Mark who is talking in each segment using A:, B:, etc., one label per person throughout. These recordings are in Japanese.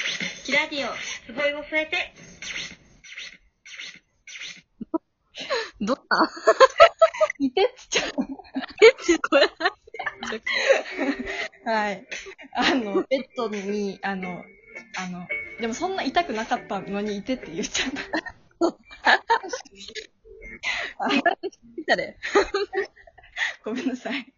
A: ラジオ、すごいを添えて。
B: ど んな
C: 似てっちゃ
B: え、これ。
C: う。 はい。あの、ベッドに、あの、あの、でもそんな痛くなかったのにいてって言っちゃった。
B: 誰
C: ごめんなさい。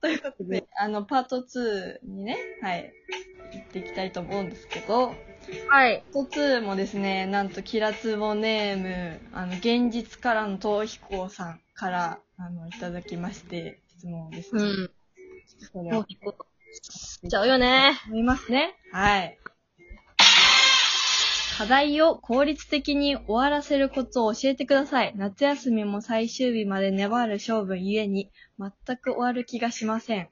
C: ということで、あの、パート2にね、はい、行っていきたいと思うんですけど、
B: はい。
C: パート2もですね、なんと、キラツボネーム、あの、現実からの逃避行さんから、あの、いただきまして、質問です
B: う
C: ね。
B: ん。
C: それ
B: も
C: を
B: う聞こう。ちゃうよね。
C: 思いますね。はい。課題を効率的に終わらせるコツを教えてください。夏休みも最終日まで粘る勝負ゆえに、全く終わる気がしません。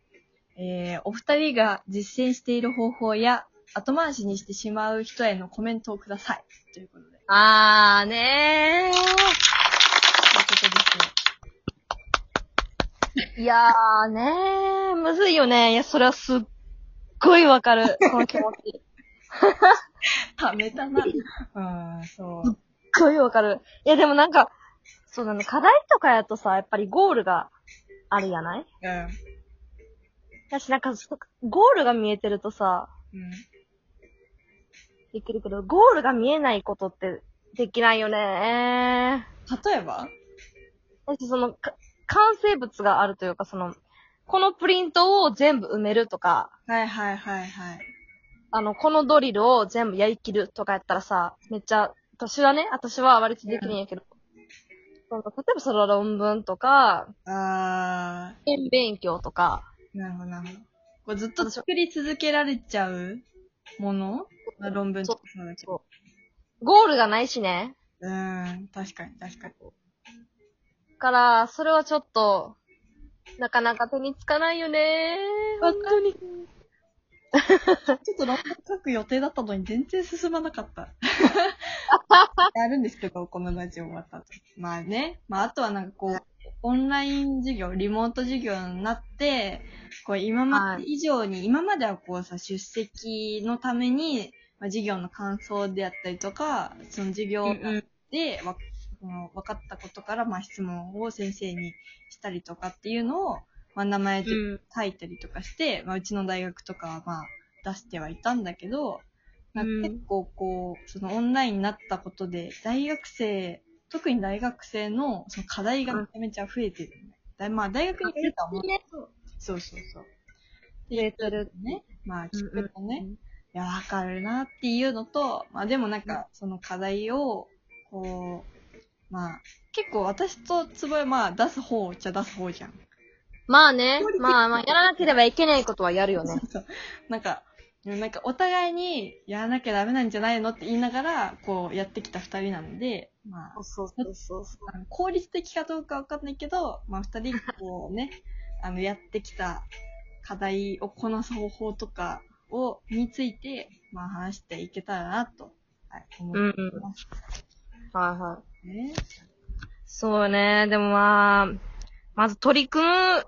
C: えー、お二人が実践している方法や、後回しにしてしまう人へのコメントをください。ということで。という
B: あーね
C: ことです。
B: ー。いやーねー。むずいよね。いや、それはすっごいわかる。この気持ち。
C: ためた な。うん、そう。
B: すっごいわかる。いや、でもなんか、そうなの、課題とかやとさ、やっぱりゴールがあるやない
C: うん。
B: だし、なんか、そゴールが見えてるとさ、
C: うん。
B: できるけど、ゴールが見えないことってできないよね。
C: 例えば
B: だし、その、か完成物があるというか、その、このプリントを全部埋めるとか、
C: はいはいはいはい。
B: あの、このドリルを全部やりきるとかやったらさ、めっちゃ、私はね、私は割とできるんやけど、その例えばその論文とか、
C: あ
B: 試験勉強とか、
C: ー、なるほどなるほど。こうずっと作り続けられちゃうものまあ論文とかそうだけど。
B: ゴールがないしね。
C: うーん、確かに確かに。
B: だから、それはちょっと、なかなか手につかないよね。
C: 本当 に。ちょっと論文書く予定だったのに全然進まな かった。やるんですけど、このラジオ終わった後。まあね。まああとはなんかこう、オンライン授業、リモート授業になって、こう今まで以上に、今まではこうさ、出席のために、まあ、授業の感想であったりとか、その授業
B: うんうん
C: で、わその分かったことから、まあ質問を先生にしたりとかっていうのを、まあ名前で
B: うん。
C: 書いたりとかして、まあ、うちの大学とかはまあ出してはいたんだけど、まあ、
B: うん
C: 結構こう、そのオンラインになったことで、大学生、特に大学生のその課題がめちゃめちゃ増えてる、ね。だまあ大学に来るとは思う。そうそうそう。
B: 増えてる。
C: ね。まあ聞
B: うんうん
C: くとね、いや、わかるなっていうのと、まあでもなんか、その課題を、こう、まあ、結構私とつぼやまあ出す方じゃ出す方じゃん。
B: まあね、まあまあ、やらなければいけないことはやるよね。
C: なんか、なんかお互いにやらなきゃダメなんじゃないのって言いながら、こうやってきた二人なので、まあ、
B: そうそうそうそ
C: あの効率的かどうかわかんないけど、まあ二人こうね、あのやってきた課題をこなす方法とかを、について、まあ話していけたらなと、はい、思
B: う。うん
C: い
B: うん。
C: ます
B: はいはい。
C: ね。
B: そうね、でもまあ、まず取り組む、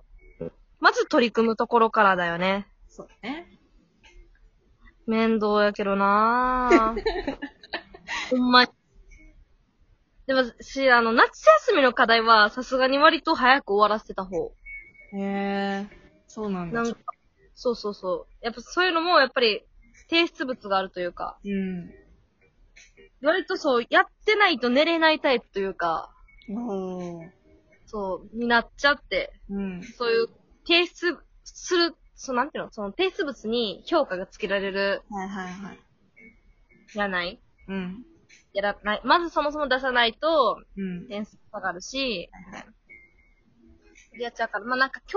B: まず取り組むところからだよね。
C: そうね。
B: 面倒やけど なぁ。ほんまに。でも、し、あの、夏休みの課題は、さすがに割と早く終わらせた方。
C: へえ、そうなんだ。
B: なんか、そうそうそう。やっぱそういうのも、やっぱり、提出物があるというか、
C: うん。
B: 割とそう、やってないと寝れないタイプというか、
C: おー。
B: そう、になっちゃって、
C: うん。
B: そういう、提出する、そう、なんていうのその提出物に評価がつけられる、
C: はいはいはい。
B: やない
C: うん。
B: やらない。まずそもそも出さないと、
C: うん。
B: 点数下がるし、
C: はいはい
B: やっちゃうから、まあ、なんか脅迫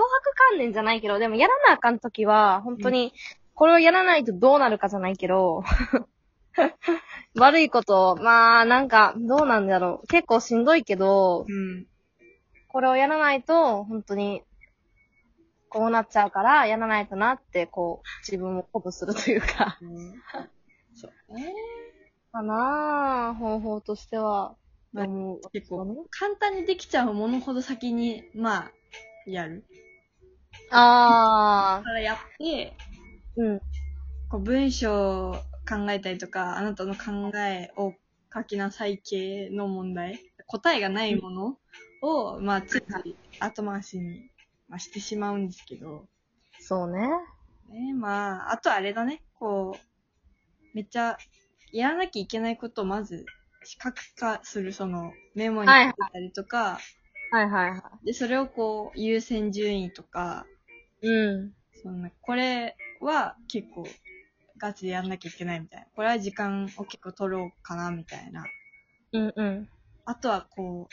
B: 観念じゃないけど、でもやらなあかんときは、本当に、これをやらないとどうなるかじゃないけど、 悪いこと、まあ、なんか、どうなんだろう。結構しんどいけど、
C: うん。
B: これをやらないと、本当に、こうなっちゃうから、やらないとなって、こう、自分を鼓舞するというか。
C: うんそうね。
B: かなあ方法としては。
C: まあ
B: でも
C: 結構簡単にできちゃうものほど先に、まあ、やる。
B: ああ
C: か、らやって、
B: うん。
C: こう文章考えたりとか、あなたの考えを書きなさい系の問題、答えがないものを、まあ、つい後回しに、まあ、してしまうんですけど、
B: そうね。
C: ね、まあ、あとあれだね、こう、めっちゃ、やらなきゃいけないことをまず、視覚化する、その、メモに書いたりとか、
B: はいはいはい。
C: で、それをこう、優先順位とか、
B: うん。
C: そんな、これは結構ガチでやんなきゃいけないみたいな。これは時間を結構取ろうかなみたいな。
B: うんうん。
C: あとはこう、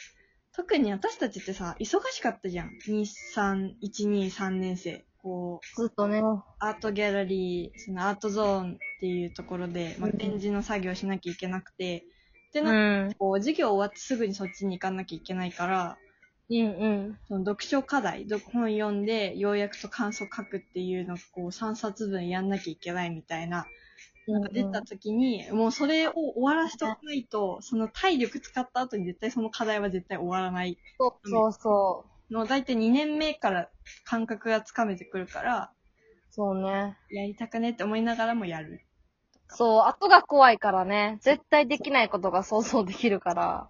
C: 特に私たちってさ、忙しかったじゃん。2、3、1、2、3年生。こう、
B: ずっとね。
C: アートギャラリー、そのアートゾーンっていうところで、まあ、
B: うん
C: 展示の作業しなきゃいけなくて、で、
B: う
C: なんか
B: ん。
C: こう、授業終わってすぐにそっちに行かなきゃいけないから、
B: うんうん。
C: その読書課題、ど本読んで、要約と感想書くっていうのをこう3冊分やんなきゃいけないみたいな、
B: うん
C: 出た時に、もうそれを終わらせておかないと、その体力使った後に絶対その課題は絶対終わらない
B: そうそうそ
C: の、だいたい2年目から感覚がつかめてくるから、
B: う。そうね。
C: やりたくねって思いながらもやる。
B: そう、後が怖いからね。絶対できないことが想像できるから。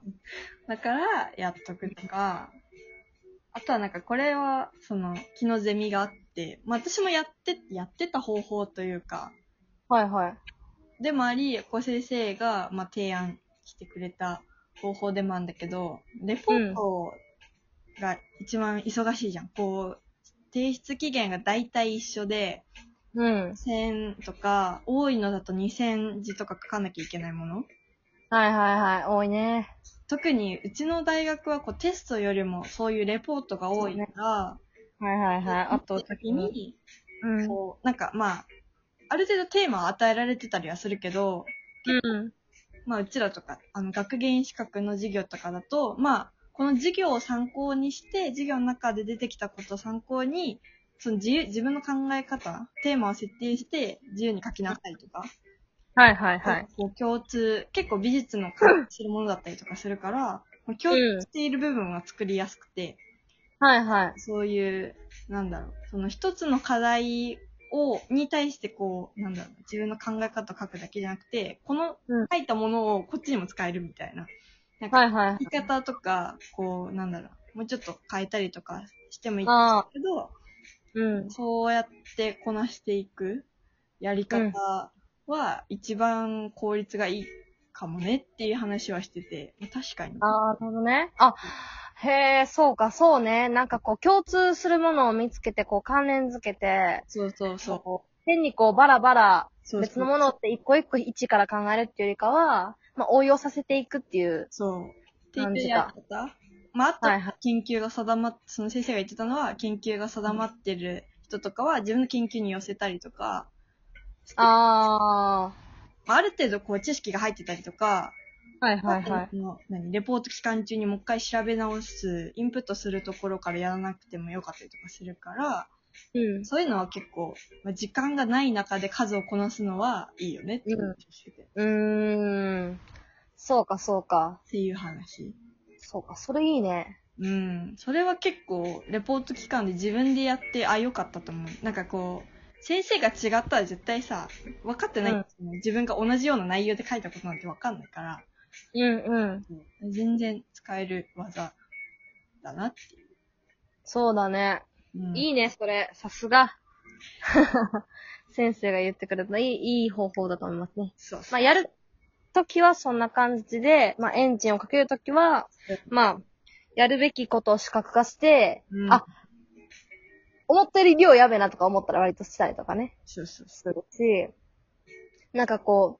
C: だから、やっとくとか、あとはなんかこれは、その、昨日ゼミがあって、まあ私もやって、やってた方法というか、
B: はいはい。
C: でもあり、こう先生が、まあ、提案してくれた方法でもあるんだけど、レポートが一番忙しいじゃん。こう、提出期限が大体一緒で、
B: うん。
C: 1000とか、多いのだと2000字とか書かなきゃいけないもの。
B: はいはいはい。多いね。
C: 特に、うちの大学はこうテストよりもそういうレポートが多いから、
B: はいはいはい。あと、
C: 時に、
B: うん。
C: こう、なんかまあ、ある程度テーマは与えられてたりはするけど、
B: うん。
C: まあ、うちらとか、あの、学芸資格の授業とかだと、まあ、この授業を参考にして、授業の中で出てきたことを参考に、その自由、自分の考え方、テーマを設定して、自由に書きなさいとか、
B: はいはいはい。
C: こう共通、結構美術の関係するものだったりとかするから、まあ共通している部分は作りやすくて、
B: はいはい。
C: そういう、なんだろう、その一つの課題を、に対してこう、なんだろう、自分の考え方を書くだけじゃなくて、この
B: うん
C: 書いたものをこっちにも使えるみたいな。なんか、
B: はいはい。
C: 言い方とか、こう、なんだろう、もうちょっと変えたりとかしてもいいけ
B: ああ、
C: ど、
B: うん。
C: そうやってこなしていくやり方は一番効率がいいかもねっていう話はしてて、確かに。
B: ああ、なるほどね。あ、へえ、そうか、そうね。なんかこう、共通するものを見つけて、こう、関連づけて、
C: そうそうそう。
B: う。変にこう、バラバラ、
C: そうそう
B: 別のものって一個一個一から考えるっていうよりかは、まあ、応用させていくっていう。
C: そう。っていう
B: 感じ
C: や
B: だ
C: り方まあ、あと
B: はいはい
C: 研究が定まっ、その先生が言ってたのは、研究が定まってる人とかは自分の研究に寄せたりとか、
B: あ
C: まあ、ある程度こう知識が入ってたりとか、
B: あ、はいはいはい。
C: その何レポート期間中にもう一回調べ直す、インプットするところからやらなくてもよかったりとかするから、
B: うん。
C: そういうのは結構、まあ、時間がない中で数をこなすのはいいよねっていう話をしてて、っ
B: うーん。そうか、そうか。
C: ていう話。
B: そうか、それいいね。
C: うん。それは結構、レポート期間で自分でやって、あ、よかったと思う。なんかこう、先生が違ったら絶対さ、分かってないんですよね、自分が同じような内容で書いたことなんて分かんないから、
B: うんうん。
C: 全然使える技だなっていう。
B: そうだね。
C: うん
B: いいね、それ。さすが。先生が言ってくれたいい、いい方法だと思いますね。
C: そうそう
B: まあ、やるときはそんな感じで、まあ、エンジンをかけるときは、まあ、やるべきことを視覚化して、
C: うん
B: あ、思ったより量やべえなとか思ったら割としたりとかね。
C: そうそうそ
B: するし、なんかこう、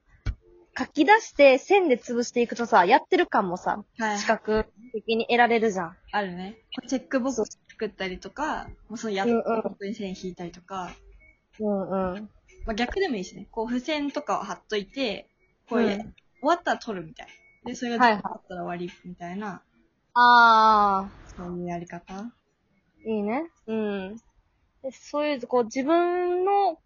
B: 書き出して線で潰していくとさ、やってる感もさ、
C: う。はい
B: 視。覚的に得られるじゃん。
C: あるね。チェックボックス作ったりとか、もうそのやっ
B: うんうん
C: たことに線引いたりとか、
B: うんうん。
C: まあ、逆でもいいしね。こう、付箋とかを貼っといて、これ、
B: うん
C: 終わったら取るみたいな。で、それが
B: はい
C: 終
B: はい
C: わったら終わりみたいな、
B: あ
C: そういうやり方。
B: ー、いいね。うん。でそういう、こう自分の、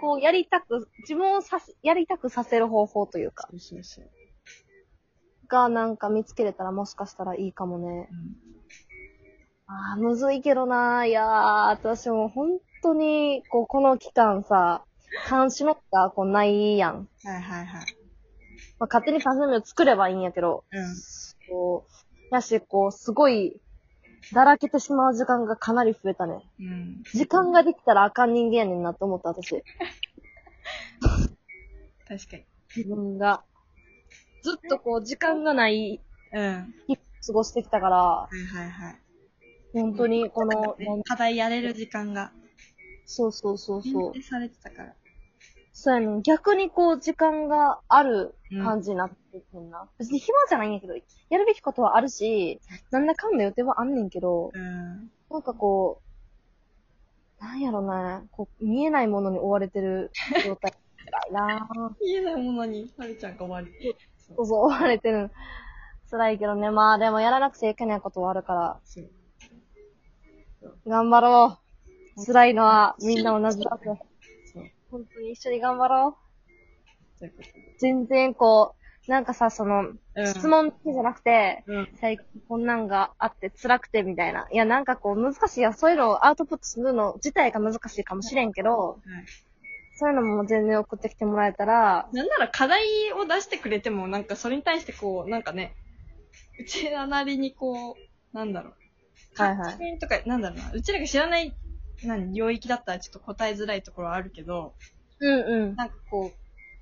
B: こうやりたく、自分をさせ、やりたくさせる方法というか、
C: そうそうそう。
B: がなんか見つけれたらもしかしたらいいかもね。
C: うん
B: あー、むずいけどなー。いやー、私も本当に、こう、この期間さ、監視のがこうないやん。
C: はいはいはい。
B: まあ、勝手にパスミを作ればいいんやけど、
C: うん。
B: こう、やし、こう、すごい、だらけてしまう時間がかなり増えたね。
C: うん。
B: 時間ができたらあかん人間やねんなと思った、私。
C: 確かに。
B: 自分が。ずっとこう、時間がない
C: うん。は
B: 日々過ごしてきたから、
C: いはいはい。
B: 本当にこの、なん
C: 課題やれる時間が
B: そうそうそうそう
C: 限。定されてたから。
B: そうやねん。逆にこう、時間がある感じになってくんな。別に暇じゃないんやけど、やるべきことはあるし、なんだかんだ予定はあんねんけど、
C: うん。
B: なんかこう、なんやろね、こう、見えないものに追われてる状態。辛いな ぁ。
C: 見えないものに、はるちゃんが終わり。そ
B: そう
C: う。
B: そう、追われてる。辛いけどね。まあでもやらなくちゃいけないことはあるから、
C: そう
B: 頑張ろう。辛いのはみんな同じだと。
C: そう。
B: 本当に一緒に頑張ろ
C: ということで
B: う。全然こう、なんかさ、その、
C: うん
B: 質問だけじゃなくて、
C: うん。
B: 最近こんなんがあって辛くてみたいな。いや、なんかこう難しいや、そういうのをアウトプットするの自体が難しいかもしれんけど、
C: はい
B: そういうのも全然送ってきてもらえたら、
C: なんなら課題を出してくれても、なんかそれに対してこう、なんかね、うちらなりにこう、なんだろう。
B: はいはい
C: 関係とか、なんだろうな。うちらが知らない、何、領域だったらちょっと答えづらいところはあるけど、
B: うんうん。
C: なんかこう、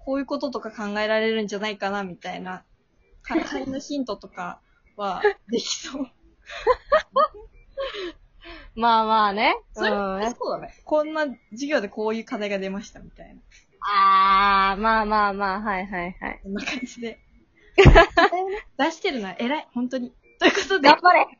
C: こういうこととか考えられるんじゃないかな、みたいな、課題のヒントとかは、できそう。
B: まあまあね。
C: それ、
B: うん。
C: そうだね。こんな授業でこういう課題が出ました、みたいな。
B: あー、まあまあまあ、はいはいはい。
C: こんな感じで。出してるのは偉い、本当に。ということで
B: 頑。張れ